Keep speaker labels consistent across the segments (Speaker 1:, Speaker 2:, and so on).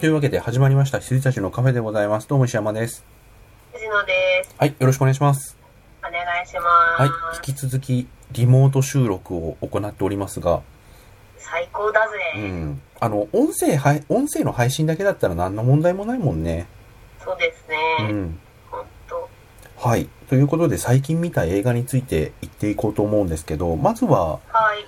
Speaker 1: というわけで始まりました、羊たちのカフェでございます。どうも石山です。
Speaker 2: 藤野です。
Speaker 1: はい、よろしくお願いします。
Speaker 2: お願いします。
Speaker 1: はい、引き続きリモート収録を行っておりますが、
Speaker 2: 最高だぜ、
Speaker 1: うん。あの、音声配、音声の配信だけだったら何の問題もないもんね。
Speaker 2: そうですね。
Speaker 1: うん。
Speaker 2: ほんと。
Speaker 1: はい。ということで最近見た映画について言っていこうと思うんですけど、まずは、
Speaker 2: はい。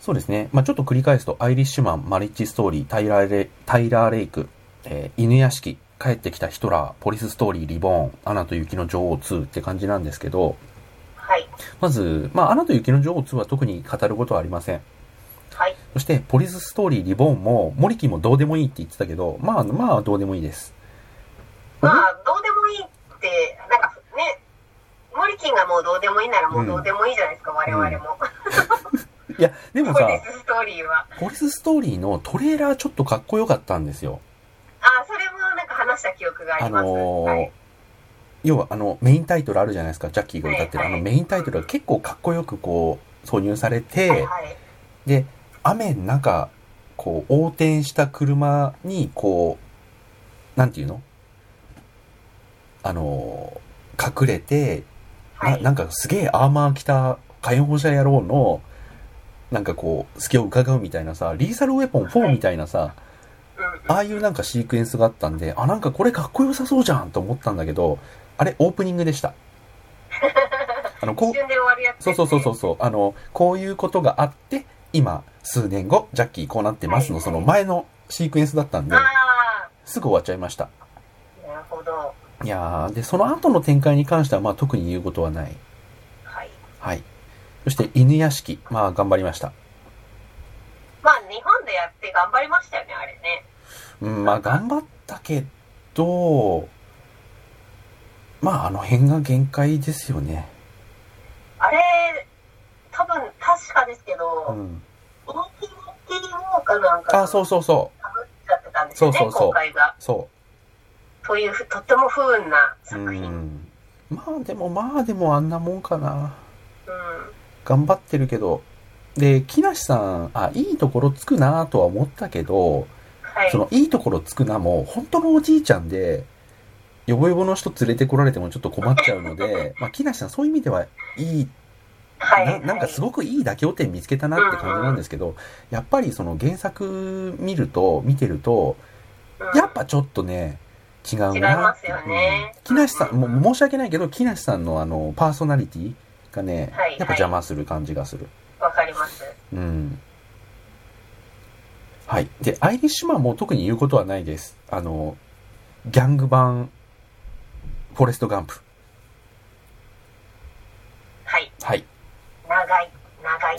Speaker 1: そうですね。まあちょっと繰り返すと、アイリッシュマン、マリッチストーリー、タイラーレタイラーレイク、えー犬屋敷、帰ってきたヒトラー、ポリスストーリー、リボーン、アナと雪の女王2って感じなんですけど、
Speaker 2: はい。
Speaker 1: まず、まあアナと雪の女王2は特に語ることはありません。
Speaker 2: はい。
Speaker 1: そして、ポリスストーリー、リボーンも、モリキもどうでもいいって言ってたけど、まあ、まあ、どうでもいいです。
Speaker 2: まあ、どうでもいいって、なんかね、モリキンがもうどうでもいいならもうどうでもいいじゃないですか、我々も。
Speaker 1: いや、でも
Speaker 2: ポ
Speaker 1: さ、
Speaker 2: リスストーリーは。
Speaker 1: ポリスストーリーのトレーラーちょっとかっこよかったんですよ。
Speaker 2: あ、それもなんか話した記憶があ
Speaker 1: あ
Speaker 2: ります。
Speaker 1: のー
Speaker 2: はい。
Speaker 1: 要はあのメインタイトルあるじゃないですか、ジャッキーが歌ってる、
Speaker 2: はい
Speaker 1: あ
Speaker 2: はい
Speaker 1: のメインタイトルが結構かっこよくこう挿入されて、
Speaker 2: はいはい。
Speaker 1: で、雨の中、こう横転した車に、こう、なんていうのあのー、隠れて、
Speaker 2: は。
Speaker 1: ないなんかすげえアーマー着た火炎放射野郎の、なんかこう、隙を伺うみたいなさ、リーサルウェポン4みたいなさ、
Speaker 2: うん
Speaker 1: ああいうなんかシークエンスがあったんで、あ、なんかこれかっこよさそうじゃんと思ったんだけど、あれ、オープニングで した。あの、こ
Speaker 2: 一
Speaker 1: う、
Speaker 2: 瞬で終わるやつ、。
Speaker 1: そうそうそうそううそう、あの、こういうことがあって、今、数年後、ジャッキーこうなってますの、その前のシークエンスだったんで、
Speaker 2: あ
Speaker 1: すぐ終わっちゃいました。
Speaker 2: あ、なるほど。
Speaker 1: いやー、で、その後の展開に関しては、まあ特に言うことはない。
Speaker 2: はい。
Speaker 1: はい。そして、犬屋敷。まあ、頑張りました。
Speaker 2: まあ、日本でやって頑張りましたよね、あれね。
Speaker 1: うん、まあ、頑張ったけど、まあ、あの辺が限界ですよね。
Speaker 2: あれ、多分、確かですけど、
Speaker 1: うん。
Speaker 2: インフィニティウォーカーなんか
Speaker 1: あ、そうそうそ
Speaker 2: かぶっちゃってたんですよね、
Speaker 1: そうそうそう
Speaker 2: 今回が。
Speaker 1: う。そ
Speaker 2: というふとっても不運な
Speaker 1: う。
Speaker 2: 作
Speaker 1: う
Speaker 2: 品。うん。
Speaker 1: ん。まあ、でも、まあ、でも、あんなもんかな。頑張ってるけど。で、木梨さん、あ、いいところつくなとは思ったけど、
Speaker 2: はい
Speaker 1: そ。の、いいところつくなも、本当のおじいちゃんで、よぼよぼの人連れてこられてもちょっと困っちゃうので、まあ、木梨さん、そういう意味ではいい
Speaker 2: は
Speaker 1: な
Speaker 2: い。
Speaker 1: なんかす
Speaker 2: ご
Speaker 1: ごくいい妥協点見つけたなって感じなんですけど、やっぱりその原作見ると、見てると、やっぱちょっとね、違うなって。
Speaker 2: 違いますよね
Speaker 1: うん木梨さん、
Speaker 2: うん
Speaker 1: も
Speaker 2: うん
Speaker 1: う申し訳ないけど、木梨さんのあの、パーソナリティがね
Speaker 2: はい、
Speaker 1: やっぱ邪魔する感じがする。
Speaker 2: わかります。
Speaker 1: うん。はい。で、アイリッシュマンも特に言うことはないです。あの、ギャング版、フォレストガンプ。
Speaker 2: はい。
Speaker 1: はい。
Speaker 2: 長い。長い。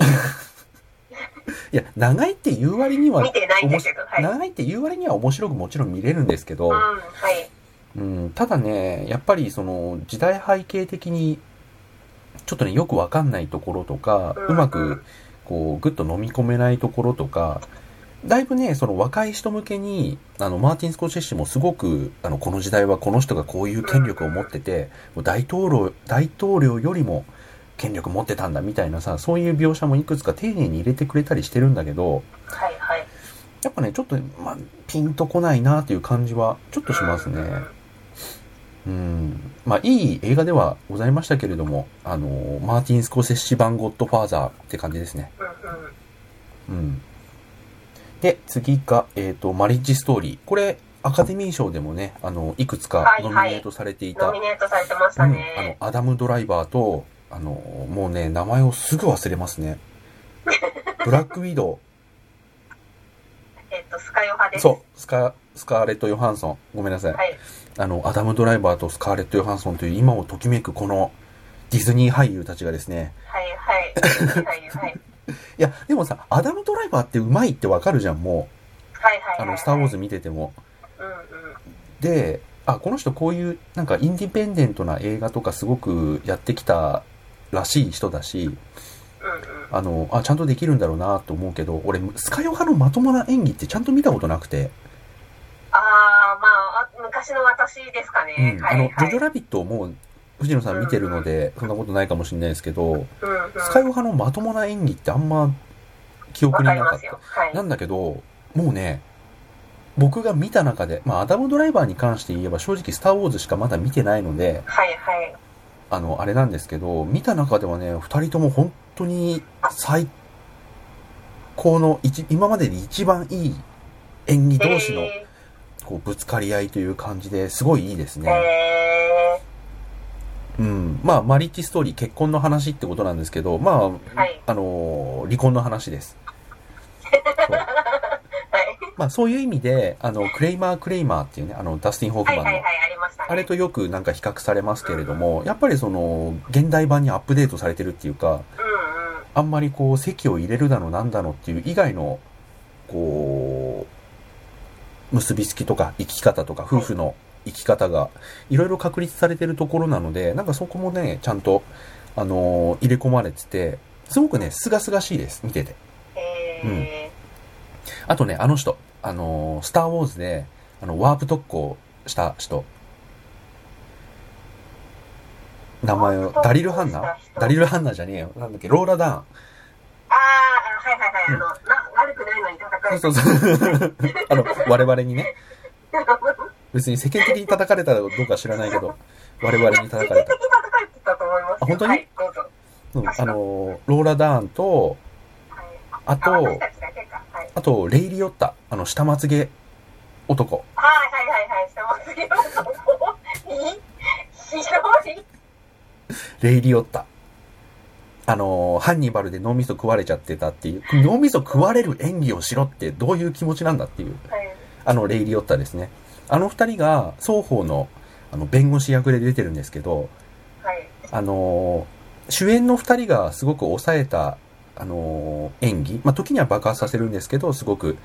Speaker 1: いや、長いって言う割には、
Speaker 2: 見てないんだけど、はい。うん、
Speaker 1: 長いって言う割には面白くもちろん見れるんですけど、
Speaker 2: はい。
Speaker 1: うん、ただね、やっぱりその時代背景的に、ちょっとね、よくわかんないところとか、
Speaker 2: うん
Speaker 1: うまく、こう、ぐっと飲み込めないところとか、だいぶね、その若い人向けに、あの、マーティン・スコシェッシもすごく、あの、この時代はこの人がこういう権力を持ってて、もう大統領、大統領よりも権力持ってたんだみたいなさ、そういう描写もいくつか丁寧に入れてくれたりしてるんだけど、
Speaker 2: はい。はい。
Speaker 1: やっぱね、ちょっと、まあ、ピンとこないなっていう感じは、ちょっとしますね。うん。まあ、いい映画ではございましたけれども、あのー、マーティン・スコセッシ版ゴッドファーザーって感じですね。
Speaker 2: うんうん。
Speaker 1: うん。で、次が、えっ、と、マリッジ・ストーリー。これ、アカデミー賞でもね、あの、いくつか
Speaker 2: はい
Speaker 1: ノミ
Speaker 2: はい
Speaker 1: ネートされていた、
Speaker 2: ノミネートされてました
Speaker 1: うん、あの
Speaker 2: ね。、
Speaker 1: アダム・ドライバーと、あの、もうね、名前をすぐ忘れます ね。ブラック・ウィド
Speaker 2: えっと、スカヨ派
Speaker 1: ウ。
Speaker 2: です。
Speaker 1: そう、スカ、スカーレット・ヨハンソン。ごめんなさい。
Speaker 2: はい。
Speaker 1: あの、アダム・ドライバーとスカーレット・ヨハンソンという今をときめくこのディズニー俳優たちがですね。
Speaker 2: はい。はい。はい。はい。
Speaker 1: いや、でもさ、アダム・ドライバーってうまいってわかるじゃん、も
Speaker 2: はい。は
Speaker 1: う。あ
Speaker 2: い。
Speaker 1: の、スター・ウォーズ。見てても。
Speaker 2: うんうん。
Speaker 1: で、あ、この人こういう、なんかインディペンデントな映画とかすごくやってきたらしい人だし、
Speaker 2: うんうん。
Speaker 1: あの、あ、ちゃんとできるんだろうなと思うけど、俺、スカヨハのまともな演技ってちゃんと見たことなくて、
Speaker 2: ああ、まああ、昔の私ですか
Speaker 1: う
Speaker 2: ね。
Speaker 1: ん。
Speaker 2: は
Speaker 1: あ
Speaker 2: い
Speaker 1: の、ジ
Speaker 2: はい
Speaker 1: ョジョ・ラビットをもう、藤野さん見てるので、そんなことないかもしれないですけど、
Speaker 2: うんうん
Speaker 1: スカイオハのまともな演技ってあんま記憶
Speaker 2: わ
Speaker 1: にな
Speaker 2: かり
Speaker 1: か
Speaker 2: ま
Speaker 1: っ
Speaker 2: す
Speaker 1: た
Speaker 2: よ。。はい。
Speaker 1: なんだけど、もうね、僕が見た中で、まあ、アダム・ドライバーに関して言えば正直「スター・ウォーズ」しかまだ見てないので
Speaker 2: はいはい。
Speaker 1: あのあれなんですけど見た中ではね2人とも本当に最高の一今までで一番いい演技同士の
Speaker 2: え
Speaker 1: こうぶつかり合いという感じですごいいいです
Speaker 2: ー、
Speaker 1: ね。
Speaker 2: え
Speaker 1: うん。まあ、マリッジストーリー、結婚の話ってことなんですけど、ま
Speaker 2: ー、
Speaker 1: あ、
Speaker 2: はい。
Speaker 1: あのー離婚の話です。
Speaker 2: はい。
Speaker 1: まあ、そういう意味で、あの、クレイマー・クレイマーっていうね、あの、ダスティン・ホフ
Speaker 2: は
Speaker 1: マ
Speaker 2: い
Speaker 1: ンの、
Speaker 2: はいはい、ありましたね。
Speaker 1: あれとよくなんか比較されますけれども、やっぱりその、現代版にアップデートされてるっていうか、
Speaker 2: うんうん。
Speaker 1: あんまりこう、席を入れるだのなんだのっていう以外の、こう、結びつきとか生き方とか夫婦の生き方がいろいろ確立されてるところなので、なんかそこもね、ちゃんと、あのー入れ込まれてて、すごくね、すがすがしいです、見てて。
Speaker 2: え
Speaker 1: あとね、あの人、あのースターウォーズで、あの、ワープ特攻した人。名前
Speaker 2: ワープ
Speaker 1: を、
Speaker 2: 特攻
Speaker 1: ダリル・ハン
Speaker 2: した
Speaker 1: ナ
Speaker 2: 人
Speaker 1: ダリル・ハンナじゃねえよ。なんだっけ、ローラ・ダーン。
Speaker 2: ー、ああ、はいはいはい、あの、な悪くないのに戦える。
Speaker 1: そうそうそう。 あの、我々にね。別に世間的に叩かれたらどうか知らないけど、我々に叩かれ
Speaker 2: 的
Speaker 1: た。
Speaker 2: に戦えてたと思いますよ。
Speaker 1: あ本当に
Speaker 2: はい、どうぞ。
Speaker 1: うん、あの、ローラ・ダーンと、
Speaker 2: はい、
Speaker 1: あ
Speaker 2: あ、
Speaker 1: と
Speaker 2: 私、たちだけか。はい。
Speaker 1: あと、レイリオッタ、あの、下まつげ男。
Speaker 2: はいはいはいはい、してますよ。いいひどい。
Speaker 1: レイリオッタ。あの、ハンニバルで脳みそ食われちゃってたっていう、脳みそ食われる演技をしろってどういう気持ちなんだっていう、
Speaker 2: はい。
Speaker 1: あの、レイリオッタですね。あの二人が双方の、あの、弁護士役で出てるんですけど、
Speaker 2: はい。
Speaker 1: あのー主演の二人がすごく抑えた、あのー演技、まあ、時には爆発させるんですけど、すごく、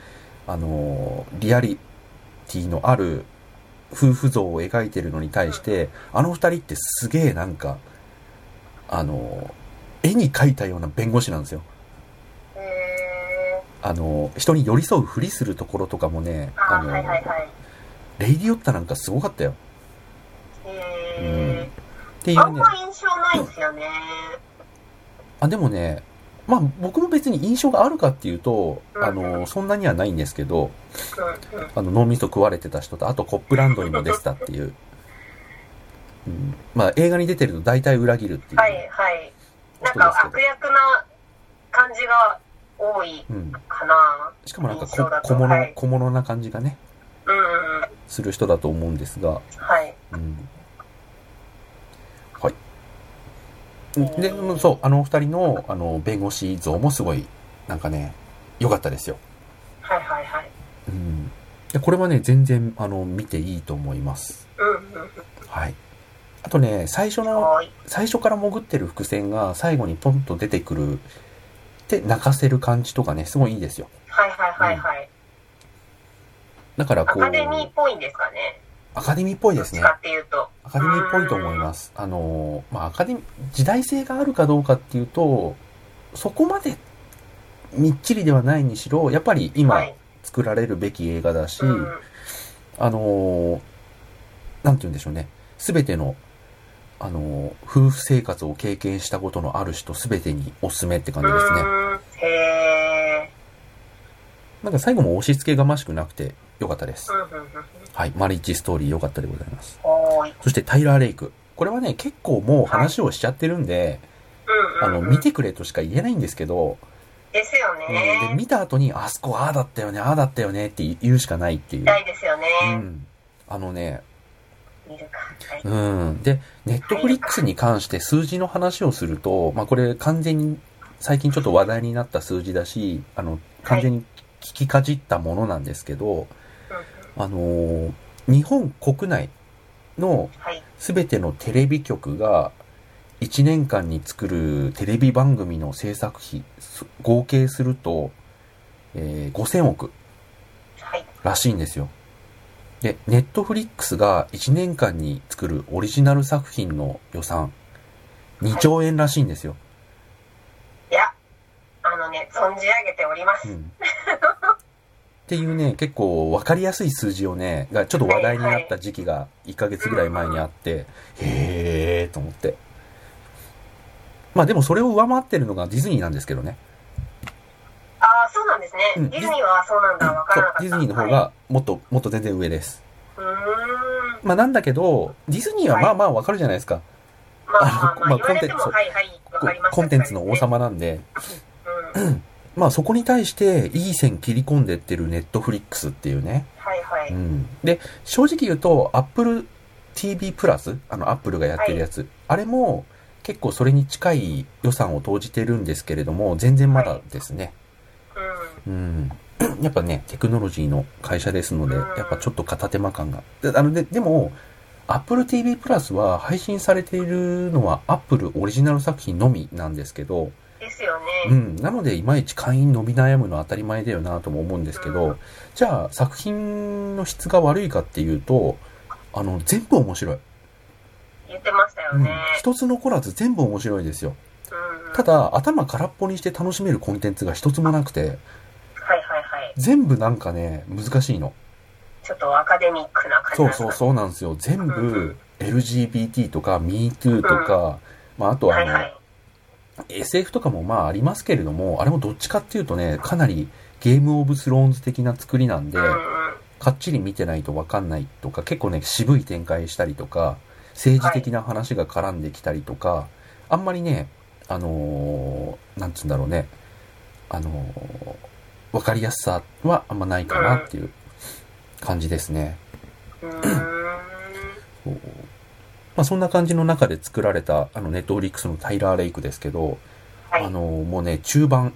Speaker 1: あのーリアリティのある夫婦像を描いてるのに対して、あの二人ってすげえなんか、あのー絵に描いたような弁護士なんですよ。
Speaker 2: え
Speaker 1: あのー人に寄り添うふりするところとかもね、
Speaker 2: ー、あ
Speaker 1: あ
Speaker 2: ー、
Speaker 1: の
Speaker 2: はいはい
Speaker 1: ー
Speaker 2: はい。
Speaker 1: レイディオッタなんかすごかったよ。
Speaker 2: え
Speaker 1: ってい
Speaker 2: ー、あ
Speaker 1: うんね。
Speaker 2: ま印象ないですよね。
Speaker 1: あ、でもね、まあ僕も別に印象があるかっていうと、
Speaker 2: うん
Speaker 1: あの、そんなにはないんですけど、
Speaker 2: うんうん。
Speaker 1: あの、脳みそ食われてた人と、あとコップランドにも出てたっていう。うん、まあ映画に出てると大体裏切るっていう。
Speaker 2: はいはい。なんか悪役な感じが多い
Speaker 1: うん。
Speaker 2: かな。
Speaker 1: しかもなんか
Speaker 2: 印象だ
Speaker 1: こと小
Speaker 2: は
Speaker 1: 物
Speaker 2: い、
Speaker 1: 小物な感じがね、
Speaker 2: うんうんうん。
Speaker 1: する人だと思うんですが、
Speaker 2: はい。
Speaker 1: うん。はい。で、そう、あのお二人の、あの、弁護士像もすごい、なんかね、良かったですよ。
Speaker 2: はいはいはい。
Speaker 1: うん、でこれはね全然あの見ていいと思います
Speaker 2: うんうんうん。
Speaker 1: はいあとね最初の
Speaker 2: はい。
Speaker 1: 最初から潜ってる伏線が最後にポンと出てくるって泣かせる感じとかねすごいいいですよ
Speaker 2: はいはいはいはい。
Speaker 1: だから
Speaker 2: ア
Speaker 1: こう
Speaker 2: カデミーっぽいんですかね。
Speaker 1: アカデミーっぽい
Speaker 2: ど
Speaker 1: で
Speaker 2: っ
Speaker 1: す
Speaker 2: ち
Speaker 1: ね
Speaker 2: かっていうと。
Speaker 1: アカデミーっぽいと思いますあのまあアカデミー時代性があるかどうかっていうとそこまでみっちりではないにしろやっぱり今
Speaker 2: はい。
Speaker 1: 作られるべき映画だし、
Speaker 2: うん。うん
Speaker 1: あのーなんて言うんでしょうね。すべての、あのー夫婦生活を経験したことのある人すべてにおすすめって感じですね。
Speaker 2: へえ。
Speaker 1: なんか最後も押し付けがましくなくて良かったです
Speaker 2: う。んうんうん。
Speaker 1: はい。マリッジストーリー良かったでございます。
Speaker 2: おーい。
Speaker 1: そしてタイラー・レイク。これはね、結構もう話をしちゃってるんで、
Speaker 2: う
Speaker 1: あ
Speaker 2: んうん
Speaker 1: の、
Speaker 2: うん。
Speaker 1: 見てくれとしか言えないんですけど、
Speaker 2: ですよ
Speaker 1: うん
Speaker 2: ね
Speaker 1: で、。見た後に、あそこああだったよね、ああだったよねって言うしかないっていう。
Speaker 2: 痛いですよね。
Speaker 1: うん。あのね、
Speaker 2: 見るか。はい
Speaker 1: うん。で、ネットフリックスに関して数字の話をすると、まあこれ完全に最近ちょっと話題になった数字だし、あの、完全に聞きかじったものなんですけど、
Speaker 2: うんうん
Speaker 1: あのー日本国内の
Speaker 2: はい。
Speaker 1: すべてのテレビ局が1年間に作るテレビ番組の制作費、す合計すると、えー5000億
Speaker 2: はい。
Speaker 1: らしいんですよ。で、ネットフリックスが1年間に作るオリジナル作品の予算、2兆円らしいんですよ。
Speaker 2: いや、あのね、存じ上げております。
Speaker 1: う
Speaker 2: うん
Speaker 1: ん。っていうね、結構わかりやすい数字をね、がちょっと話題になった時期が1ヶ月ぐらい前にあって、へーと思って。まあでもそれを上回ってるのがディズニーなんですけどね。
Speaker 2: ああ、そうそうなんですね。
Speaker 1: うん
Speaker 2: ディズニーはそうなんだ。わか
Speaker 1: そ
Speaker 2: ら
Speaker 1: う
Speaker 2: なかった。
Speaker 1: ディズニーの方
Speaker 2: はい。
Speaker 1: がもっと、もっと全然上です。
Speaker 2: うーん。
Speaker 1: まあなんだけど、ディズニーはまあまあわかるじゃないですか。
Speaker 2: まあまあま
Speaker 1: あのまあ
Speaker 2: あ、言われても、
Speaker 1: コンテンツ
Speaker 2: はいはい、わかりました。
Speaker 1: コンテンツの王様なんで、
Speaker 2: うん。
Speaker 1: まあそこに対していい線切り込んでってるネットフリックスっていうね。
Speaker 2: はいは
Speaker 1: う
Speaker 2: い。
Speaker 1: ん。で、正直言うと、Apple TV プラス、あの Apple がやってるやつ、あれも結構それに近い予算を投じてるんですけれども、全然まだですね。うん。 やっぱね、テクノロジーの会社ですので、
Speaker 2: うん
Speaker 1: やっぱちょっと片手間感が。であので、でも、Apple TV プラスは配信されているのは Apple オリジナル作品のみなんですけど、
Speaker 2: うん。ですよ
Speaker 1: う
Speaker 2: ね。
Speaker 1: ん。なので、いまいち会員伸び悩むのは当たり前だよなとも思うんですけ
Speaker 2: う
Speaker 1: ど
Speaker 2: ん、
Speaker 1: じゃあ作品の質が悪いかっていうと、あの、全部面白い。
Speaker 2: 言ってましたよ
Speaker 1: うん
Speaker 2: ね。。
Speaker 1: 一つ残らず全部面白いですよ。
Speaker 2: うん。
Speaker 1: ただ、頭空っぽにして楽しめるコンテンツが一つもなくて、
Speaker 2: はいはいはい。
Speaker 1: 全部なんかね、難しいの。
Speaker 2: ちょっとアカデミックな感じ
Speaker 1: そ
Speaker 2: なん
Speaker 1: う
Speaker 2: です
Speaker 1: そ
Speaker 2: か
Speaker 1: うそうなんですよ。全部 LGBT とか MeToo とか、まああとは
Speaker 2: は
Speaker 1: あ
Speaker 2: いはい。
Speaker 1: の SF とかもまあありますけれども、あれもどっちかっていうとね、かなりゲームオブスローンズ的な作りなんで
Speaker 2: うん、うん。
Speaker 1: かっちり見てないとわかんないとか、結構ね、渋い展開したりとか、政治的な話が絡んできたりとか、あんまりね、あのーなんつうんだろうね、あのーわかりやすさはあんまないかなっていう感じですね。
Speaker 2: うーん。
Speaker 1: そうまあ、そんな感じの中で作られた、あの、ネットフリックスのタイラー・レイクですけど、
Speaker 2: はい
Speaker 1: あの、もうね、中盤、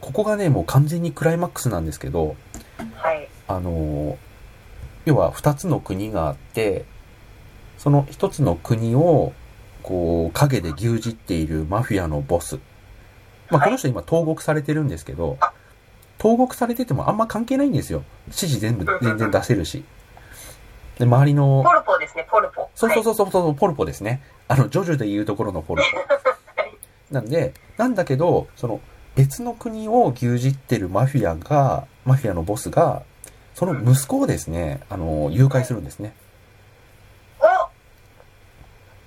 Speaker 1: ここがね、もう完全にクライマックスなんですけど、
Speaker 2: はい。
Speaker 1: あの、要は二つの国があって、その一つの国を、こう、影で牛耳っているマフィアのボス。まあ、
Speaker 2: はい
Speaker 1: この人今投獄されてるんですけど、投獄されててもあんま関係ないんですよ。指示全部、全然出せるし。で、周りの
Speaker 2: ポ、ルポですね、ポルポ。
Speaker 1: そうそう
Speaker 2: う。
Speaker 1: そうそうそう、ポルポですね。あの、ジョジョで言うところのポルポ。なんで、なんだけど、その、別の国を牛耳ってるマフィアが、マフィアのボスが、その息子をですね、あの、誘拐するんですね。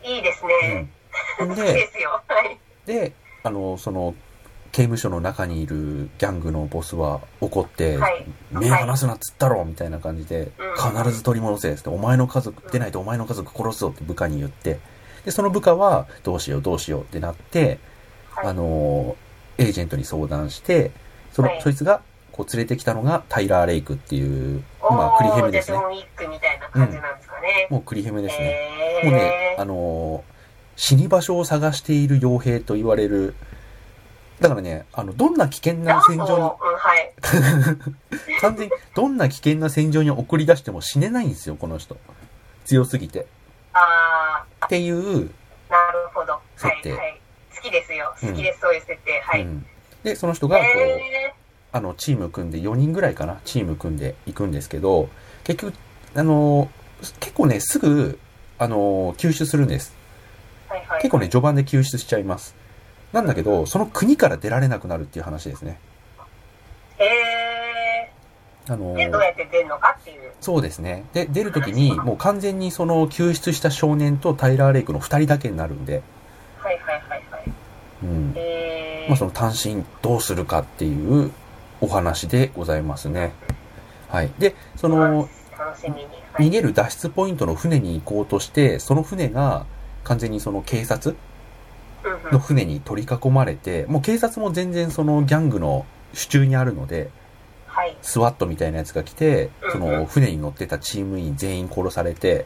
Speaker 2: おいいですね。
Speaker 1: うん。ん
Speaker 2: いいで
Speaker 1: で、
Speaker 2: すよ。はい。
Speaker 1: で、あの、その、刑務所の中にいるギャングのボスは怒って、
Speaker 2: はい。
Speaker 1: 目離すなっつったろみたいな感じで、
Speaker 2: うん
Speaker 1: 必ず取り戻せっつって、お前の家族、出ないとお前の家族殺すぞって部下に言って、で、その部下は、どうしようどうしようってなって、
Speaker 2: はい
Speaker 1: あのー、エージェントに相談して、その、
Speaker 2: はい
Speaker 1: そいつが、こう連れてきたのがタイラー・レイクっていう、
Speaker 2: お
Speaker 1: まあ、クリヘム
Speaker 2: ー、じ
Speaker 1: で
Speaker 2: ゃあ
Speaker 1: す
Speaker 2: ジ
Speaker 1: ね
Speaker 2: ョ。ンウィックみたいな感じなんですかね。
Speaker 1: もうクリヘムですね。
Speaker 2: え
Speaker 1: もうね、あのー、死に場所を探している傭兵と言われる、だからね、あの、どんな危険な戦場に、
Speaker 2: うん、はい。
Speaker 1: 完全にどんな危険な戦場に送り出しても死ねないんですよ、この人。強すぎて。
Speaker 2: あ
Speaker 1: っていう、
Speaker 2: ー、なるほど。は
Speaker 1: 設
Speaker 2: い、
Speaker 1: 定
Speaker 2: はい。好きですよ。
Speaker 1: うん
Speaker 2: 好きです、そういう設定。は
Speaker 1: う
Speaker 2: い。
Speaker 1: んで、その人が、こう、
Speaker 2: え
Speaker 1: あの、チーム組んで、4人ぐらいかな、チーム組んでいくんですけど、結局、あの、結構ね、すぐ、あの、救出するんです。
Speaker 2: ー、はいはい。
Speaker 1: 結構ね、序盤で救出しちゃいます。なんだけど、その国から出られなくなるっていう話ですね。
Speaker 2: え
Speaker 1: あの
Speaker 2: ー、、で、どうやって出るのかっていう。
Speaker 1: そうですね。で、出るときに、もう完全にその救出した少年とタイラー・レイクの2人だけになるんで、
Speaker 2: はいはいはいはい。
Speaker 1: うん。
Speaker 2: えー、
Speaker 1: まあ、その単身どうするかっていうお話でございますね。はい。で、その、
Speaker 2: 楽しみに。は
Speaker 1: 逃
Speaker 2: い。
Speaker 1: げる脱出ポイントの船に行こうとして、その船が完全にその警察
Speaker 2: うんうん
Speaker 1: の船に取り囲まれて、もう警察も全然そのギャングの手中にあるので、
Speaker 2: はい。
Speaker 1: スワットみたいなやつが来て、そ
Speaker 2: うんう
Speaker 1: の
Speaker 2: ん
Speaker 1: 船に乗ってたチーム員全員殺されて、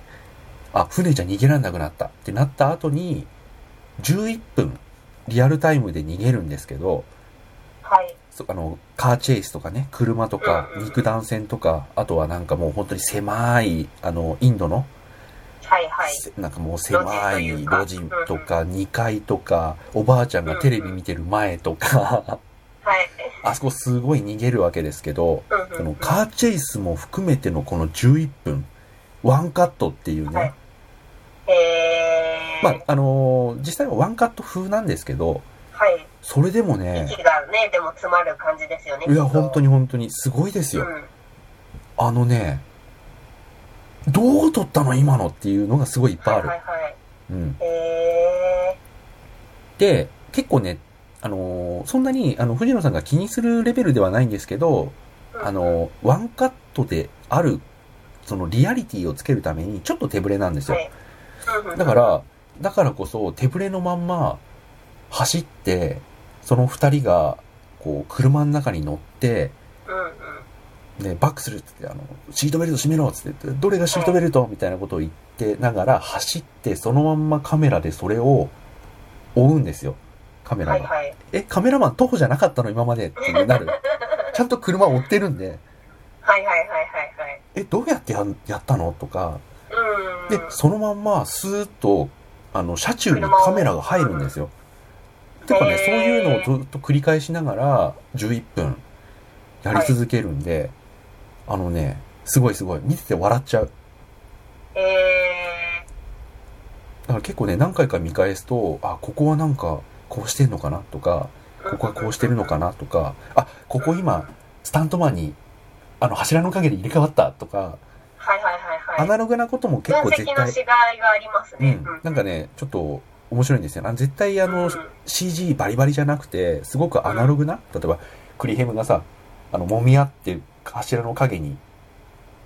Speaker 1: あ、船じゃ逃げられなくなったってなった後に、11分リアルタイムで逃げるんですけど、
Speaker 2: はい。
Speaker 1: そあの、カーチェイスとかね、車とか
Speaker 2: うん、うん
Speaker 1: 肉弾戦とか、あとはなんかもう本当に狭い、あの、インドの、
Speaker 2: はいはい。
Speaker 1: せなんかもう狭い路
Speaker 2: 路
Speaker 1: 地
Speaker 2: 地というか
Speaker 1: とか、2階とか、おばあちゃんがテレビ見てる前とか、
Speaker 2: はい。
Speaker 1: あそこすごい逃げるわけですけど、
Speaker 2: うんうん
Speaker 1: そのカーチェイスも含めてのこの11分、ワンカットっていう
Speaker 2: は
Speaker 1: ね
Speaker 2: い、えー、
Speaker 1: まあ、あのー実際はワンカット風なんですけど、
Speaker 2: はい。
Speaker 1: それでもね、
Speaker 2: 息がね、でも詰まる感じですよね。
Speaker 1: いや、本当
Speaker 2: に
Speaker 1: に本当に、すごいですよ
Speaker 2: う。ん。
Speaker 1: あのね、どう撮ったの今のっていうのがすごいいっぱいある
Speaker 2: はい。はいはい。
Speaker 1: うん。
Speaker 2: え
Speaker 1: で、結構ね、あのーそんなにあの藤野さんが気にするレベルではないんですけど、
Speaker 2: うん
Speaker 1: あのーワンカットである、そのリアリティをつけるためにちょっと手ぶれなんですよ。
Speaker 2: はいうんうん
Speaker 1: だから、だからこそ手ぶれのまんま走って、その二人が、こう、車の中に乗って、
Speaker 2: うんうん
Speaker 1: ね、バックするっつって、あの、シートベルト締めろっつって言って、どれがシートベルトみたいなことを言ってながら走って、そのまんまカメラでそれを追うんですよ。カメラ
Speaker 2: は
Speaker 1: が。
Speaker 2: いはい
Speaker 1: え、カメラマン徒歩じゃなかったの今までってなる。ちゃんと車追ってるんで、
Speaker 2: はいはいはいはいはい
Speaker 1: え、どうやってやんやったのとか、
Speaker 2: うん
Speaker 1: で、そのまんまスーッと、あの、車中にカメラが入るんですよ。てかね、そういうのをずっと繰り返しながら、11分、やり続けるんで、あのね、すごいすごい、見てて笑っちゃう。
Speaker 2: え
Speaker 1: だから結構ね、何回か見返すと、あ、ここはなんか、こうしてんのかなとか、
Speaker 2: ー
Speaker 1: ここはこうしてるのかなとか、あ、ここ今、スタントマンに、あの、柱の陰で入れ替わったとか、
Speaker 2: はいはいはいは
Speaker 1: ア
Speaker 2: い
Speaker 1: ナログなことも結
Speaker 2: 分
Speaker 1: 構絶
Speaker 2: 析の
Speaker 1: 対、
Speaker 2: しがいがあります
Speaker 1: う
Speaker 2: ね
Speaker 1: ん、なんかね、ちょっと面白いんですよ。あの絶対あ
Speaker 2: う
Speaker 1: の
Speaker 2: ん、
Speaker 1: CG バリバリじゃなくて、すごくアナログな、例えば、クリヘムがさ、あの、揉み合って柱の陰に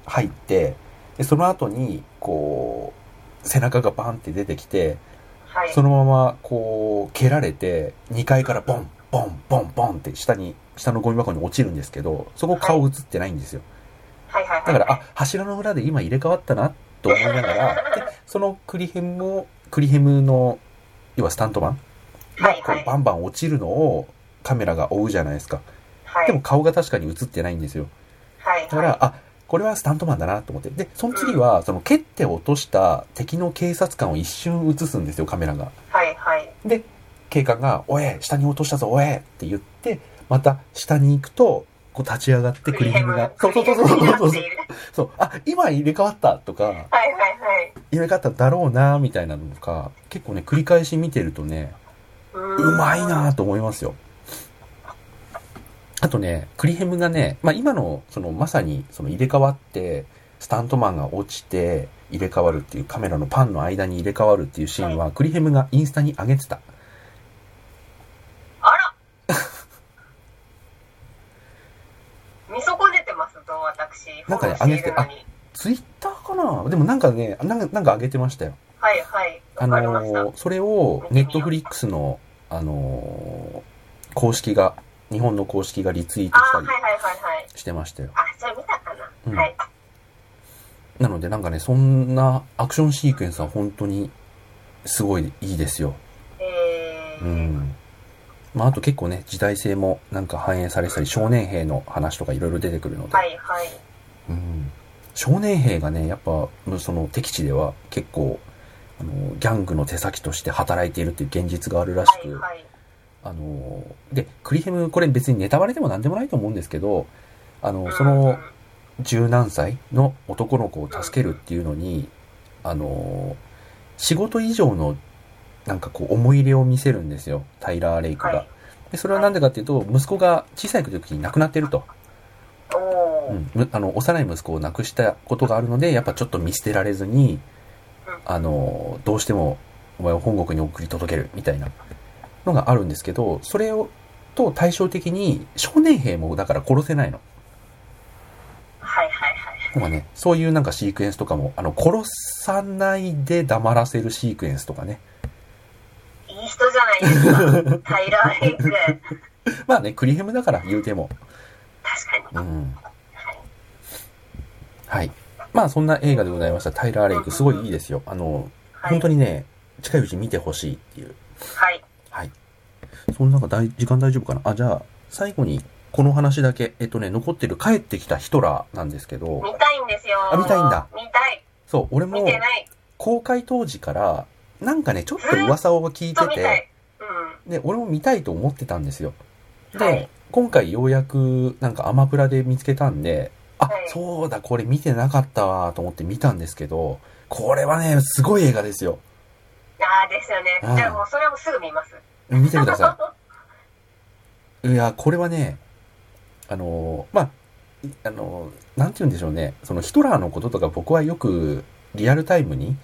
Speaker 1: 入って、で、その後に、こう、背中がバンって出てきて、
Speaker 2: はい
Speaker 1: そのまま、こう、蹴られて、2階からボン、ボン、ボン、ボンって下に、下のゴミ箱に落ちるんですけど、そこ顔映ってないんですよ。
Speaker 2: はいはいはい
Speaker 1: だから、あ、柱の裏で今入れ替わったな、と思いながら、で、そのクリヘムを、クリヘムの、要はスタントマンが
Speaker 2: はい
Speaker 1: こ
Speaker 2: はいう
Speaker 1: バンバン落ちるのをカメラが追うじゃないですか。
Speaker 2: はい
Speaker 1: でも顔が確かに映ってないんですよ。
Speaker 2: はい
Speaker 1: だから、あ、これはスタントマンだなと思って。で、その次は、その蹴って落とした敵の警察官を一瞬映すんですよ、カメラが。
Speaker 2: はいはい
Speaker 1: で、警官が、おえ、下に落としたぞ、おえって言って、また下に行くと、こう立ち上がってクリヘムが、そうそうそうそうそうそう
Speaker 2: クリヘムになっている
Speaker 1: そう、あ、今入れ替わったとか、
Speaker 2: はいはいはい
Speaker 1: 入れ替わっただろうな、みたいなのとか、結構ね、繰り返し見てるとね、
Speaker 2: う
Speaker 1: う
Speaker 2: ーん
Speaker 1: まいなぁと思いますよ。あとね、クリヘムがね、まあ、今の、その、まさに、その入れ替わって、スタントマンが落ちて、入れ替わるっていう、カメラのパンの間に入れ替わるっていうシーンは、クリヘムがインスタに上げてた。
Speaker 2: あら 見損ねてますと私
Speaker 1: なんかね
Speaker 2: フォローしているのに
Speaker 1: ツイッターかなでもなんかね、なんか、なんか上げてましたよ。
Speaker 2: はいはい
Speaker 1: あ
Speaker 2: わかりました、
Speaker 1: のーそれを、ネットフリックスの、あのー公式が、日本の公式がリツイート
Speaker 2: あ
Speaker 1: した
Speaker 2: ーはい
Speaker 1: り
Speaker 2: はいはいはい
Speaker 1: してましたよ。
Speaker 2: あじゃあ見たかな、
Speaker 1: うん
Speaker 2: はい
Speaker 1: なのでなんかね、そんなアクションシークエンスは本当にすごいいいですよ。
Speaker 2: えー
Speaker 1: うん。まああと結構ね、時代性もなんか反映されてたり、少年兵の話とかいろいろ出てくるので、
Speaker 2: はいはい
Speaker 1: うん。少年兵がね、やっぱその敵地では結構、あの、ギャングの手先として働いているっていう現実があるらし
Speaker 2: はい
Speaker 1: く、
Speaker 2: はい
Speaker 1: あの、で、クリヘム、これ別にネタバレでも何でもないと思うんですけど、あの、そ
Speaker 2: うんうん
Speaker 1: の、十何歳の男の子を助けるっていうのに、あのー仕事以上のなんかこう思い入れを見せるんですよ、タイラー・レイクが。
Speaker 2: はい
Speaker 1: でそれはなんでかっていうと、息子が小さい時に亡くなってると。
Speaker 2: おお、
Speaker 1: う
Speaker 2: うん
Speaker 1: ん、むあの、幼い息子を亡くしたことがあるので、やっぱちょっと見捨てられずに、あのーどうしてもお前を本国に送り届けるみたいなのがあるんですけど、それを、と対照的に少年兵もだから殺せないの。
Speaker 2: はいはいはい
Speaker 1: なんかね、そういうなんかシークエンスとかも、あの、殺さないで黙らせるシークエンスとかね。
Speaker 2: いい人じゃないです かタイラー・レイク確
Speaker 1: まあね、クリヘムだから言うても。
Speaker 2: かに
Speaker 1: うん。はい。まあそんな映画でございました。タイラー・レイク、すごいいいですよ。あの、
Speaker 2: はい
Speaker 1: 本当にね、近いうち見てほしいっていう。
Speaker 2: はい
Speaker 1: はい。そんな中大、時間大丈夫かなあ、じゃあ、最後に、この話だけ、えっとね、残ってる帰ってきたヒトラーなんですけど、
Speaker 2: 見たいんですよ
Speaker 1: あ見たいんだ
Speaker 2: 見たい
Speaker 1: そう、俺
Speaker 2: 見
Speaker 1: も
Speaker 2: てない
Speaker 1: 公開当時から、なんかね、ちょっと噂を聞い
Speaker 2: ずっと
Speaker 1: て
Speaker 2: 見
Speaker 1: て、
Speaker 2: たいうん
Speaker 1: で、俺も見たいと思ってたんですよ。で、
Speaker 2: はい
Speaker 1: 今回ようやくなんかアマプラで見つけたんで、あ、
Speaker 2: はい
Speaker 1: そうだ、これ見てなかったわと思って見たんですけど、これはね、すごい映画ですよ。
Speaker 2: ああですよね、
Speaker 1: うん
Speaker 2: じゃあもうそれはもうすぐ見ます
Speaker 1: 見てくださ い。いや、これはね、あのーまあ、いあのーなんて言うんでしょうね、そのヒトラーのこととか僕はよくリアルタイムに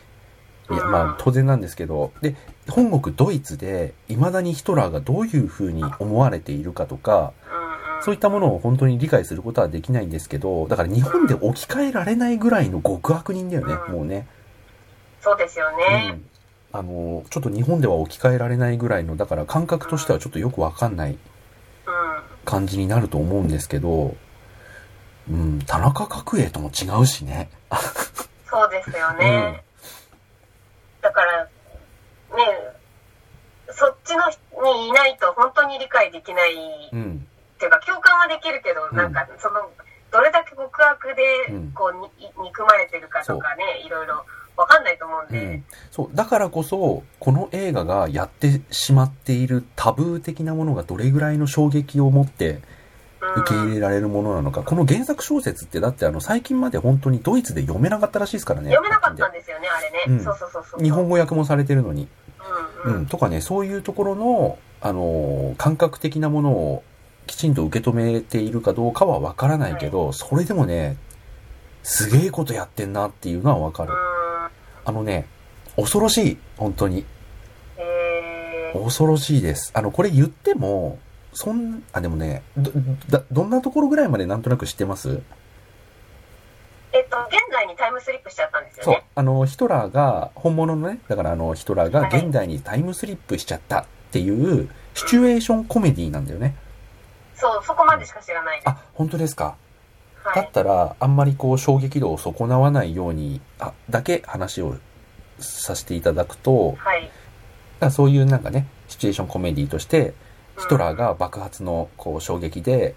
Speaker 1: いや、まあ、当然なんですけど、で、本国ドイツで、未だにヒトラーがどういうふうに思われているかとか、そういったものを本当に理解することはできないんですけど、だから日本で置き換えられないぐらいの極悪人だよね、
Speaker 2: うん
Speaker 1: もうね。
Speaker 2: そうですよ
Speaker 1: う
Speaker 2: ね。
Speaker 1: ん。あの、ちょっと日本では置き換えられないぐらいの、だから感覚としてはちょっとよくわかんない
Speaker 2: うん。
Speaker 1: 感じになると思うんですけど、うん、田中角栄とも違うしね。
Speaker 2: そうですよね。だから、ね、そっちの人にいないと本当に理解できない、
Speaker 1: う
Speaker 2: っ
Speaker 1: ん、
Speaker 2: ていうか共感はできるけど、
Speaker 1: うん
Speaker 2: なんかその、どれだけ極悪で
Speaker 1: うん、
Speaker 2: こうに、憎まれてるかとかね、いろいろわかんないと思うん
Speaker 1: う
Speaker 2: で
Speaker 1: ん。。そう、だからこそ、この映画がやってしまっているタブー的なものがどれぐらいの衝撃を持って
Speaker 2: うん
Speaker 1: 受け入れられるものなのか。この原作小説ってだってあの最近まで本当にドイツで読めなかったらしいですからね。
Speaker 2: 読めなかったんですよね、あれね。
Speaker 1: うん
Speaker 2: そうそうそうそう。
Speaker 1: 日本語訳もされてるのに。
Speaker 2: うん
Speaker 1: う、
Speaker 2: うんん。
Speaker 1: とかね、そういうところの、あのー感覚的なものをきちんと受け止めているかどうかはわからないけど、それでもね、すげえことやってんなっていうのはわか
Speaker 2: う
Speaker 1: る。
Speaker 2: ん。
Speaker 1: あのね、恐ろしい、本当に。
Speaker 2: えー、
Speaker 1: 恐ろしいです。あの、これ言っても、そん、あ、でもね、ど、だどんなところぐらいまでなんとなく知ってます
Speaker 2: えっと、現在にタイムスリップしちゃったんですよ
Speaker 1: そう
Speaker 2: ね。。
Speaker 1: あの、ヒトラーが、本物のね、だからあの、ヒトラーが
Speaker 2: はい
Speaker 1: 現代にタイムスリップしちゃったっていう、シチュエーションコメディなんだよね。
Speaker 2: そう、そこまでしか知らないです。
Speaker 1: あ、本当ですか。
Speaker 2: は
Speaker 1: だっ
Speaker 2: い。
Speaker 1: たら、あんまりこう、衝撃度を損なわないように、あ、だけ話をさせていただくと、
Speaker 2: はい。
Speaker 1: だからそういうなんかね、シチュエーションコメディとして、
Speaker 2: うん
Speaker 1: ヒトラーが爆発のこう衝撃で、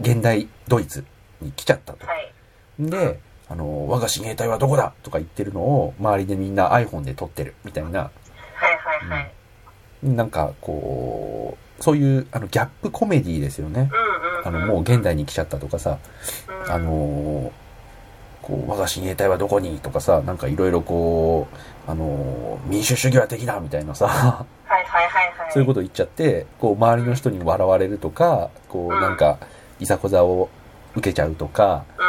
Speaker 1: 現代ドイツに来ちゃったと。
Speaker 2: はい。
Speaker 1: で、あの、我が親衛隊はどこだとか言ってるのを、周りでみんな iPhone で撮ってるみたいな、
Speaker 2: はいはいはい。
Speaker 1: なんかこう、そういうあのギャップコメディですよね。
Speaker 2: うんうん。
Speaker 1: あの、もう現代に来ちゃったとかさ、
Speaker 2: うん、
Speaker 1: あのーこう、我が親衛隊はどこにとかさ、なんかいろいろこう、あのー民主主義は敵だみたいなさ、
Speaker 2: はいはいはいはい。
Speaker 1: そういうこと言っちゃって、こう、周りの人に笑われるとか、こう、
Speaker 2: うん
Speaker 1: なんか、いざこざを受けちゃうとか、
Speaker 2: と。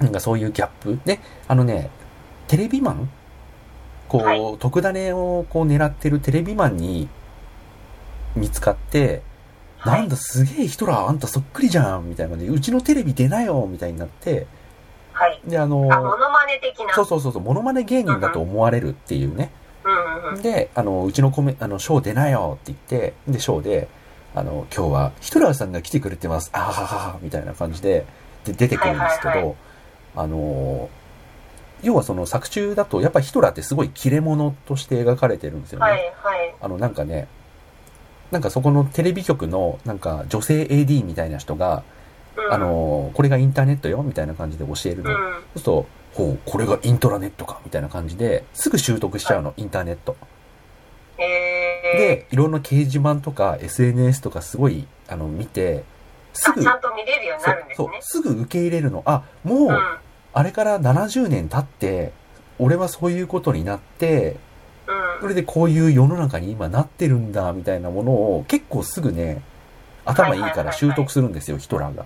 Speaker 2: うんうん。
Speaker 1: なんかそういうギャップ。で、あのね、テレビマンこう、
Speaker 2: はい
Speaker 1: 特ダネをこう狙ってるテレビマンに見つかって、
Speaker 2: はい
Speaker 1: なんだすげえヒトラーあんたそっくりじゃんみたいなので、うちのテレビ出なよみたいになって、
Speaker 2: はい。
Speaker 1: で、あのー
Speaker 2: あ、モノマネ的な。
Speaker 1: そうそうそうそう、モノマネ芸人だと思われるっていうね。
Speaker 2: うんうんうん。
Speaker 1: で、あの、うちのコメ、あの、ショー出なよって言って、で、ショーで、あの、今日はヒトラーさんが来てくれてます、あははは、みたいな感じで、で、出てくるんですけど、
Speaker 2: はいはいは
Speaker 1: あの、要はその作中だと、やっぱりヒトラーってすごい切れ者として描かれてるんですよね。
Speaker 2: はいはい。
Speaker 1: あの、なんかね、なんかそこのテレビ局の、なんか女性 AD みたいな人が、
Speaker 2: うん、
Speaker 1: あ、の、これがインターネットよ、みたいな感じで教える
Speaker 2: う
Speaker 1: の。
Speaker 2: ん。
Speaker 1: そうすると、ほう、これがイントラネットか、みたいな感じで、すぐ習得しちゃうの、インターネット。で、
Speaker 2: え
Speaker 1: いろんな掲示板とか SNS とかすごい、あの、見て、
Speaker 2: ー、
Speaker 1: す
Speaker 2: あ、
Speaker 1: ぐ、
Speaker 2: ちゃんと見れるように
Speaker 1: そ
Speaker 2: な
Speaker 1: う
Speaker 2: るんで、す
Speaker 1: そう
Speaker 2: ね、。
Speaker 1: すぐ受け入れるの。あ、も
Speaker 2: う
Speaker 1: う、あれから70年経って、俺はそういうことになって、
Speaker 2: ん。
Speaker 1: そうれでこういう世の中に今なってるんだ、みたいなものを結構すぐね、頭いいから習得するんですよ、ヒトラーが。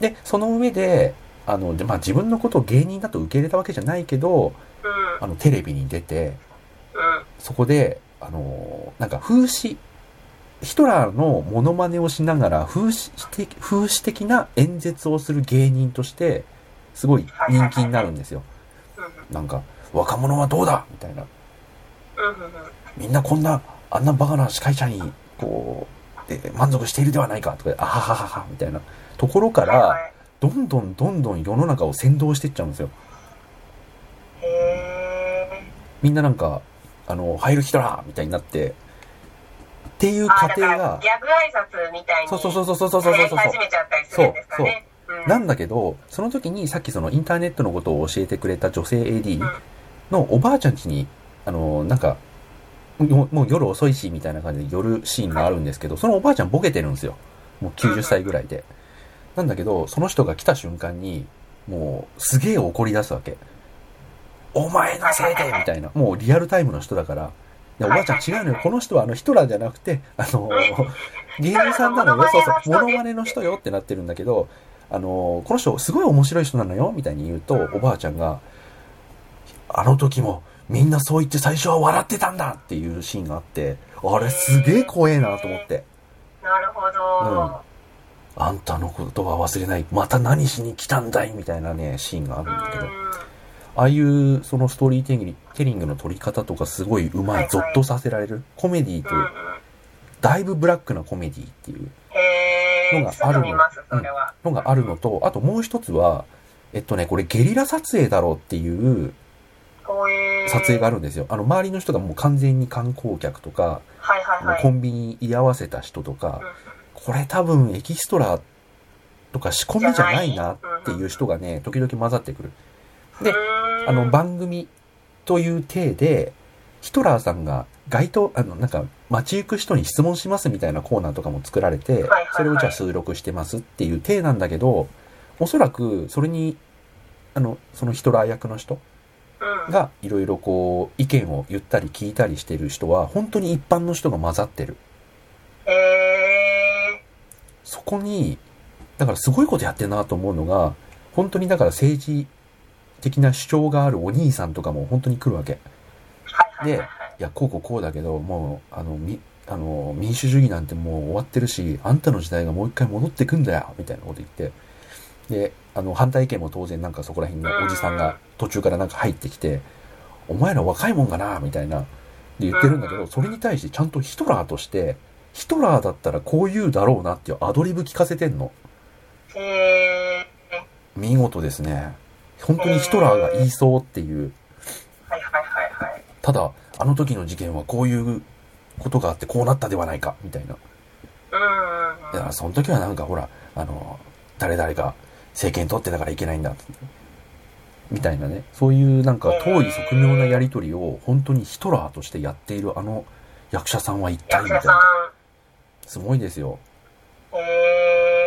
Speaker 1: で、その上で、あの、でまあ自分のことを芸人だと受け入れたわけじゃないけど、
Speaker 2: ん。うん。
Speaker 1: あの、テレビに出て、
Speaker 2: うん。
Speaker 1: そこで、あのーなんか風刺、ヒトラーのモノマネをしながら風刺的、風刺的な演説をする芸人として、すごい人気になるんですよ。
Speaker 2: うん
Speaker 1: なんか、若者はどうだみたいな。
Speaker 2: うんうんうん。
Speaker 1: みんなこんな、あんなバカな司会者に、こう、えー満足しているではないかとか、あはははは、みたいなところか
Speaker 2: は
Speaker 1: ら、
Speaker 2: い
Speaker 1: どんどんどんどん世の中を先導していっちゃうんですよ。
Speaker 2: はい、へ
Speaker 1: みんななんか、あの、入るヒトラーみたいになって、っていう
Speaker 2: ー。
Speaker 1: 過
Speaker 2: あ、だ
Speaker 1: 程
Speaker 2: から
Speaker 1: が、
Speaker 2: ギャグ挨拶みたいに。
Speaker 1: そうそう
Speaker 2: う。
Speaker 1: そうそうそうそうそう
Speaker 2: やり
Speaker 1: そう。
Speaker 2: 始めちゃったりするんですかね。うん
Speaker 1: なんだけど、その時にさっきそのインターネットのことを教えてくれた女性 AD
Speaker 2: うん
Speaker 1: のおばあちゃん家に、あの、なんか、もうもう夜遅いし、みたいな感じで夜シーンがあるんですけど、そのおばあちゃんボケてるんですよ。もう90歳ぐらいで。なんだけど、その人が来た瞬間に、もうすげえ怒り出すわけ。お前のせいでみたいな。もうリアルタイムの人だから。でおばあちゃん違うのよ。この人はあのヒトラーじゃなくて、あの、芸人さんなのよ。そうそう。モノマネの人よってなってるんだけど、あの、この人すごい面白い人なのよ、みたいに言うと、
Speaker 2: うん
Speaker 1: おばあちゃんが、あの時もみんなそう言って最初は笑ってたんだっていうシーンがあって、あれすげえ怖えなと思って。
Speaker 2: なるほど。
Speaker 1: あんたのことは忘れない。また何しに来たんだいみたいなね、シーンがあ
Speaker 2: う
Speaker 1: るんだけど。
Speaker 2: ん。
Speaker 1: ああいうそのストーリーテリングテリングの取り方とかすごいうま
Speaker 2: は
Speaker 1: い、
Speaker 2: いはい
Speaker 1: ゾッとさせられる。コメディー
Speaker 2: うんうん
Speaker 1: と、。だいぶブラックなコメディーっていう
Speaker 2: へ
Speaker 1: の
Speaker 2: え、
Speaker 1: が
Speaker 2: す
Speaker 1: ある
Speaker 2: ぐ
Speaker 1: の
Speaker 2: 見ます、それは。
Speaker 1: のがあるのと、あともう一つは、えっとね、これゲリラ撮影だろうっていう
Speaker 2: こういう。
Speaker 1: 撮影があるんですよ。あの、周りの人がもう完全に観光客とか、
Speaker 2: はいはいはい。
Speaker 1: コンビニ居合わせた人とか、これ多分エキストラとか仕込みじゃないなっていう人がね、時々混ざってくる。で
Speaker 2: うん
Speaker 1: あの、番組という体で、ヒトラーさんが街頭、あの、なんか、街行く人に質問しますみたいなコーナーとかも作られて
Speaker 2: はいはい、
Speaker 1: それをじゃあ収録してますっていう体なんだけど、おそらく、それに、あの、そのヒトラー役の人
Speaker 2: うん、
Speaker 1: が、いろいろこう、意見を言ったり聞いたりしてる人は、本当に一般の人が混ざってる。
Speaker 2: へえ、
Speaker 1: そこに、だからすごいことやってるなと思うのが、本当にだから政治的な主張があるお兄さんとかも本当に来るわけ。
Speaker 2: はいはいはい
Speaker 1: でいや、こうこうこうだけど、もう、あの、み、あの、民主主義なんてもう終わってるし、あんたの時代がもう一回戻ってくんだよ、みたいなこと言って。で、あの、反対意見も当然なんかそこら辺のおじさんが途中からなんか入ってきて、お前ら若いもんがな、みたいな、で言ってるんだけど、それに対してちゃんとヒトラーとして、ヒトラーだったらこう言うだろうなっていうアドリブ聞かせてんの。
Speaker 2: はい。へえ、
Speaker 1: 見事ですね。本当にヒトラーが言いそうっていう。
Speaker 2: はいはいはいはい。
Speaker 1: ただ、あの時の事件はこういうことがあってこうなったではないか、みたいな。
Speaker 2: うんうん
Speaker 1: だ
Speaker 2: う
Speaker 1: か
Speaker 2: ん。
Speaker 1: らその時はなんかほら、あの、誰々が政権取ってたからいけないんだって、みたいなね、そういうなんか遠い側面なやりとりを本当にヒトラーとしてやっているあの役者さんは一体
Speaker 2: 役
Speaker 1: みた
Speaker 2: 者
Speaker 1: い
Speaker 2: さ
Speaker 1: な。すごいですよ。
Speaker 2: ん、へ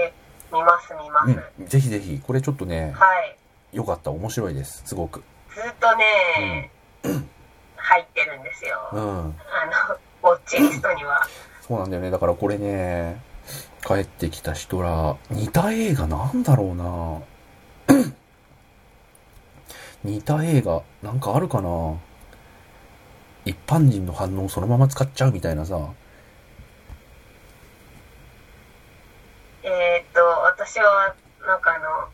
Speaker 2: え、見ます見ます。
Speaker 1: うん。ぜひぜひ、これちょっとね、
Speaker 2: はい。
Speaker 1: 良かった、面白いです、すごく。
Speaker 2: ずっとね、入ってるんですよ。
Speaker 1: う
Speaker 2: あ
Speaker 1: ん。
Speaker 2: の、ウォッチリストには。
Speaker 1: そうなんだよね。だからこれね、帰ってきたヒトラー、似た映画なんだろうな 似た映画、なんかあるかな一般人の反応をそのまま使っちゃうみたいなさ。
Speaker 2: えーっと、私は、なんかあの、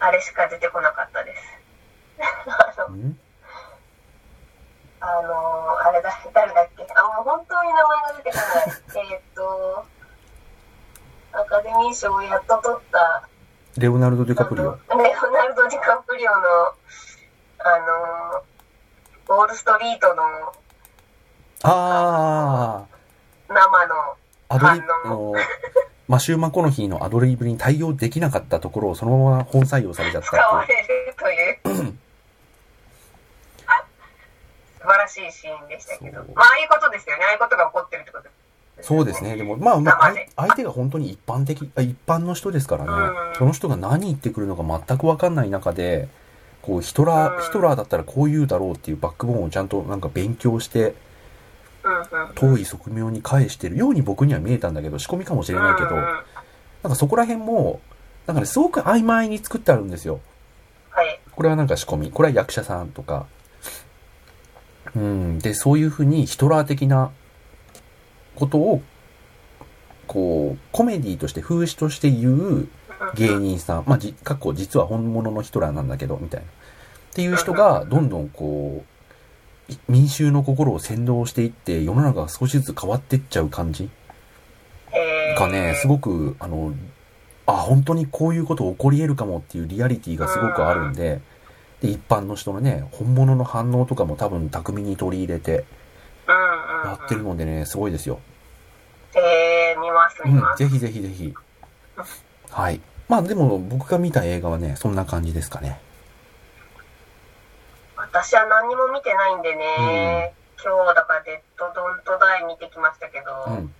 Speaker 2: あれしか出てこなかったです。あの、
Speaker 1: ん
Speaker 2: あのあれだ、誰だっけあ、もう本当に名前が出てこない。えーっ と、アカデミー賞をやっと取った、
Speaker 1: レオナルド・ディ
Speaker 2: あ
Speaker 1: カ
Speaker 2: の
Speaker 1: プリオ。
Speaker 2: レオナルド・ディカプリオの、あのウォールストリートの
Speaker 1: あ
Speaker 2: 生の、
Speaker 1: ー、アドリ
Speaker 2: あ
Speaker 1: ブ、
Speaker 2: の
Speaker 1: のマシュー・マコノヒーのアドリブに対応できなかったところをそのまま本採用されちゃったって
Speaker 2: 使
Speaker 1: いう
Speaker 2: われるという 素晴らしいシーンでしたけど、
Speaker 1: そう
Speaker 2: まあ、ああいうことですよねああいうことが起こってるってことですよ
Speaker 1: そうですね。でも、まあ、まあ、
Speaker 2: 生
Speaker 1: あ
Speaker 2: で
Speaker 1: い相手が本当に一般的、あ一般の人ですから
Speaker 2: うん
Speaker 1: ね。その人が何言ってくるのか全くわかんない中で、こう、ヒトラ
Speaker 2: うん
Speaker 1: ー、ヒトラーだったらこう言うだろうっていうバックボーンをちゃんとなんか勉強して、
Speaker 2: うんうん
Speaker 1: 遠い側面に返してるように僕には見えたんだけど、仕込みかもしれないけど、
Speaker 2: うんうん
Speaker 1: な
Speaker 2: うんん
Speaker 1: かそこら辺も、なんかね、すごく曖昧に作ってあるんですよ。
Speaker 2: はい
Speaker 1: これはなんか仕込み、これは役者さんとか。うん、で、そういうふうにヒトラー的なことを、こう、コメディとして、風刺として言う芸人さん、まあ、じ、過去実は本物のヒトラーなんだけど、みたいな。っていう人が、どんどんこう、い民衆の心を扇動していって、世の中が少しずつ変わってっちゃう感じ
Speaker 2: えー
Speaker 1: がね、すごく、あの、あ、本当にこういうこと起こり得るかもっていうリアリティがすごくあるんで、で、一般の人のね、本物の反応とかも多分巧みに取り入れて
Speaker 2: うんうん
Speaker 1: やってるのでね、すごいですよ。
Speaker 2: えー見ます
Speaker 1: う
Speaker 2: 見
Speaker 1: ん
Speaker 2: ま、す、
Speaker 1: ぜひぜひぜひ。はい。まあでも僕が見た映画はね、そんな感じですかね。
Speaker 2: 私は何にも見てないんでね、今日だから「デッド・ドント・ダイ」見てきましたけど、
Speaker 1: うん。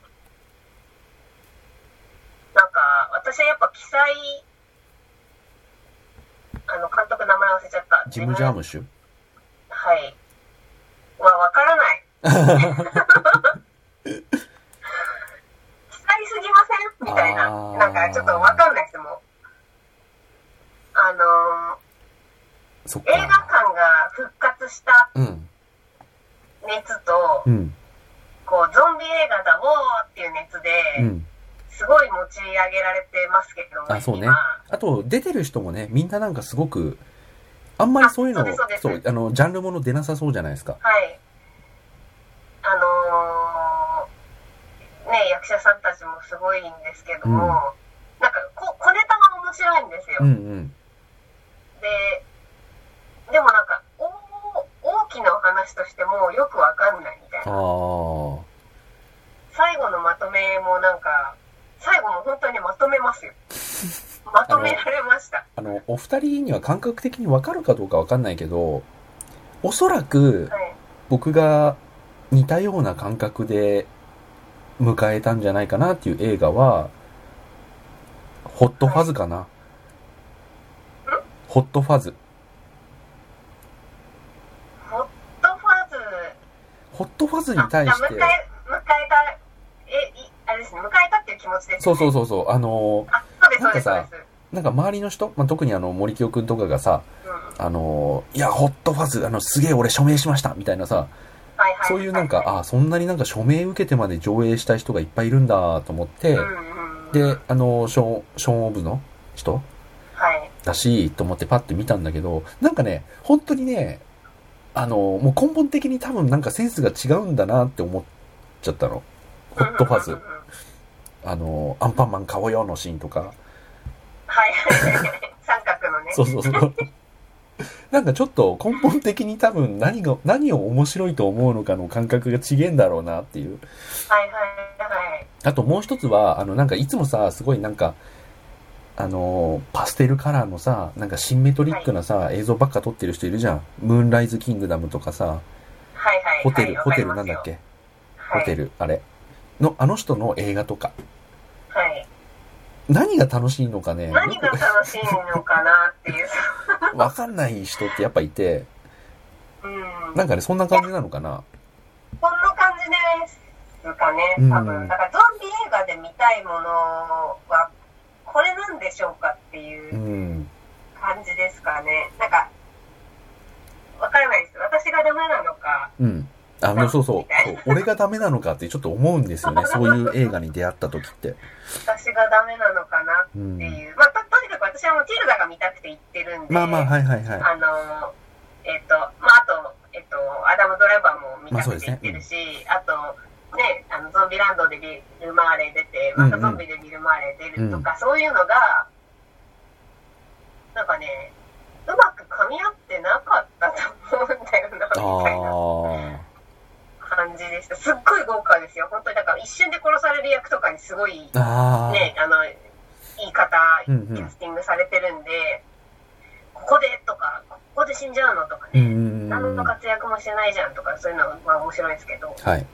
Speaker 2: なんか私はやっぱ記載あの監督名前忘れちゃった
Speaker 1: ジム・ジャームッシュ。
Speaker 2: はい。は、わから ない。期待すぎませんみたいな
Speaker 1: あ。ー
Speaker 2: なんか、ちょっとわかんないです、もう。
Speaker 1: そっ
Speaker 2: 映画
Speaker 1: か。
Speaker 2: 館が復活した
Speaker 1: うん。
Speaker 2: 熱と
Speaker 1: う、ん。
Speaker 2: こう、ゾンビ映画だ、おーっていう熱
Speaker 1: う
Speaker 2: で、
Speaker 1: ん。
Speaker 2: すごい持ち上げられてますけども、
Speaker 1: あ、そうね
Speaker 2: 今。
Speaker 1: あと、出てる人もね、みんななんかすごく、あんまりそういうの、
Speaker 2: あそうですそうです
Speaker 1: そう、あの、ジャンルもの出なさそうじゃないですか。
Speaker 2: はい。あのーね、役者さんたちもすごいんですけども、
Speaker 1: うん
Speaker 2: なんかこ、小ネタが面白いんですよ。
Speaker 1: うんうん。
Speaker 2: で、でもなんか、お大きなお話としてもうよくわかんないみたい
Speaker 1: あ
Speaker 2: な。
Speaker 1: あ。
Speaker 2: 最後のまとめもなんか、最後も本当にまとめま すよ。まとめられました。
Speaker 1: あの、お二人には感覚的にわかるかどうかわかんないけど、おそらく
Speaker 2: はい。
Speaker 1: 僕が似たような感覚で迎えたんじゃないかなっていう映画は、ホットファズかな。ホットファズ。
Speaker 2: ホットファズ、
Speaker 1: ホットファズに
Speaker 2: あ、
Speaker 1: 対
Speaker 2: じゃあ
Speaker 1: し
Speaker 2: 迎え、迎
Speaker 1: て
Speaker 2: え、た、え、いあれですね、迎えたっていう気持ちです、ね。
Speaker 1: そうそう
Speaker 2: う。
Speaker 1: そうそう、あの、
Speaker 2: あ、そうです、そうです、そ
Speaker 1: な
Speaker 2: うん
Speaker 1: かさ
Speaker 2: です。
Speaker 1: なんか周りの人、まあ、特にあの森清くんとかがさ、
Speaker 2: うん。はい
Speaker 1: あの、いや、ホットファズ、あの、すげえ俺署名しましたみたいなさ、
Speaker 2: はいは。
Speaker 1: そういうなんか、あ、そんなになんか署名受けてまで上映した人がいっぱいいるんだと思って、
Speaker 2: うんうん、
Speaker 1: で、あの、ショーン、ショーン・オブの人
Speaker 2: はい。
Speaker 1: だし、と思ってパッて見たんだけど、なんかね、本当にね、あの、もう根本的に多分なんかセンスが違うんだなって思っちゃったの。ホットファ
Speaker 2: うん
Speaker 1: ズ
Speaker 2: うん。うんうん
Speaker 1: あの、アンパンマン顔よのシーンとか。
Speaker 2: はい。 三角のね。
Speaker 1: そうそうそう。なんかちょっと根本的に多分何が、何を面白いと思うのかの感覚が違えんだろうなっていう。
Speaker 2: はいはいはい。
Speaker 1: あともう一つは、あの、なんかいつもさ、すごいなんか、あのー、パステルカラーのさ、なんかシンメトリックなさ、映像ばっか撮ってる人いるじゃん。ムーンライズキングダムとかさ、
Speaker 2: はいはい。
Speaker 1: ホテ
Speaker 2: はい
Speaker 1: ル、
Speaker 2: わ
Speaker 1: ホ
Speaker 2: か
Speaker 1: テル
Speaker 2: りま
Speaker 1: なん
Speaker 2: す
Speaker 1: だ
Speaker 2: よ
Speaker 1: っけ、
Speaker 2: はい
Speaker 1: ホテル、あれ。の、あの人の映画とか。
Speaker 2: はい。
Speaker 1: 何が楽しいのかね、
Speaker 2: 何が
Speaker 1: よ
Speaker 2: 楽しいのかなって いう。
Speaker 1: くわかんない人ってやっぱいて、
Speaker 2: うん。
Speaker 1: なんかね、そんな感じなのかな。
Speaker 2: こんな感じですかね、多
Speaker 1: うん。
Speaker 2: 分。だからゾンビ映画で見たいものは、これなんでしょうかっていううん感じですかね。なんか、わからないです。私がダメなのか。
Speaker 1: うん。あの、そうそうそう。俺がダメなのかってちょっと思うんですよね。そういう映画に出会った時って。
Speaker 2: 私がダメなのかな
Speaker 1: う
Speaker 2: って
Speaker 1: ん。
Speaker 2: いう。まあ、ととにかく私はもうティルダが見たくて行ってるんで。
Speaker 1: まあまあ、はいはいはい。
Speaker 2: あの、えっ、と、まあ、あと、えっ、と、アダム・ドライバーも見たくて言ってるし、あ,、と、ね、あのゾンビランドでビル・マーレ出て、またゾンビでビル・マーレ出るとか、そういうのが、なんかね、うまく噛み合ってなかったと思うんだよな、
Speaker 1: あ
Speaker 2: みたいな
Speaker 1: あ。
Speaker 2: 感じでした。すっごい豪華ですよ。本当に、だから一瞬で殺される役とかにすごい、ね、
Speaker 1: ああ。
Speaker 2: あの、言い方、
Speaker 1: うんう
Speaker 2: キャ
Speaker 1: ん
Speaker 2: スティングされてるんで、ここでとか、ここで死んじゃうのとか
Speaker 1: う
Speaker 2: ね、
Speaker 1: んうんうん
Speaker 2: 何
Speaker 1: うん。
Speaker 2: の
Speaker 1: は
Speaker 2: 活躍もしてないじゃんとか、そういうのは面白いんですけど、
Speaker 1: い。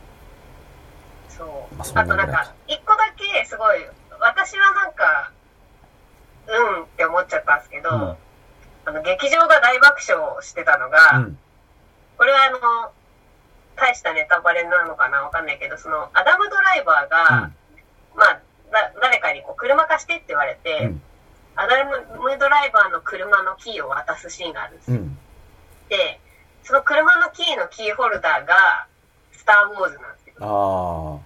Speaker 2: そう。
Speaker 1: まあそんな
Speaker 2: あ、となん
Speaker 1: ぐらいか
Speaker 2: か、一個だけすごい、私はなんか、うんって思っちゃったんですけど、
Speaker 1: うん
Speaker 2: あの劇場が大爆笑してたの
Speaker 1: う
Speaker 2: が、
Speaker 1: ん。
Speaker 2: これはあの、大したネタバレなのかなわかんないけど、その、アダムドライバーが、まあ、だ誰かにこう車貸してって言われて、
Speaker 1: うん
Speaker 2: アダムドライバーの車のキーを渡すシーンがあるんです
Speaker 1: う
Speaker 2: よ、
Speaker 1: ん。
Speaker 2: で、その車のキーのキーホルダーが、スター・ウォーズなんですよ。
Speaker 1: あ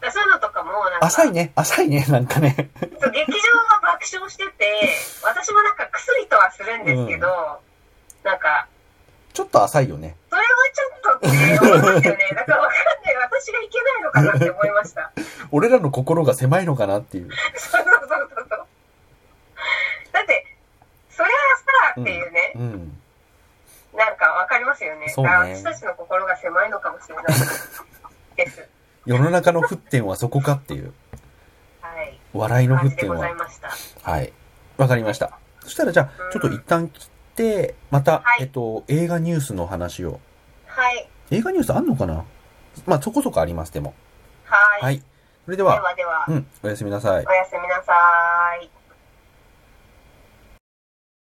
Speaker 2: だからそういうのとかも、なん
Speaker 1: あ。
Speaker 2: か、
Speaker 1: 浅いね。浅いね。なんかね。
Speaker 2: そう劇場は爆笑してて、私もなんかくすりとはするんですけど、なんか、
Speaker 1: ちょっと浅いよね。
Speaker 2: それはちょっとって思いますよね。だからわかんない。私がいけないのかなって思いました。
Speaker 1: 俺らの心が狭いのかなっていう。
Speaker 2: そうそうそうそう。だって、それはさ、っていうね。
Speaker 1: うん。
Speaker 2: なんかわかりますよね。
Speaker 1: そうね
Speaker 2: あ私たちの心が狭いのかもしれない です。
Speaker 1: 世の中の沸点はそこかっていう。
Speaker 2: はい。
Speaker 1: 笑いの
Speaker 2: 感
Speaker 1: 沸
Speaker 2: じで
Speaker 1: 点
Speaker 2: ござい
Speaker 1: は。
Speaker 2: ました。
Speaker 1: はい。わかりました。そしたらじゃあ、ちょっと一旦切って、また、
Speaker 2: はい
Speaker 1: えっと、映画ニュースの話を。
Speaker 2: はい。
Speaker 1: 映画ニュースあんのかなまあ、そこそこあります、でも。
Speaker 2: はい。
Speaker 1: はい。それで
Speaker 2: で
Speaker 1: は、
Speaker 2: はでは、
Speaker 1: うん、おやすみなさい。
Speaker 2: おやすみなさーい。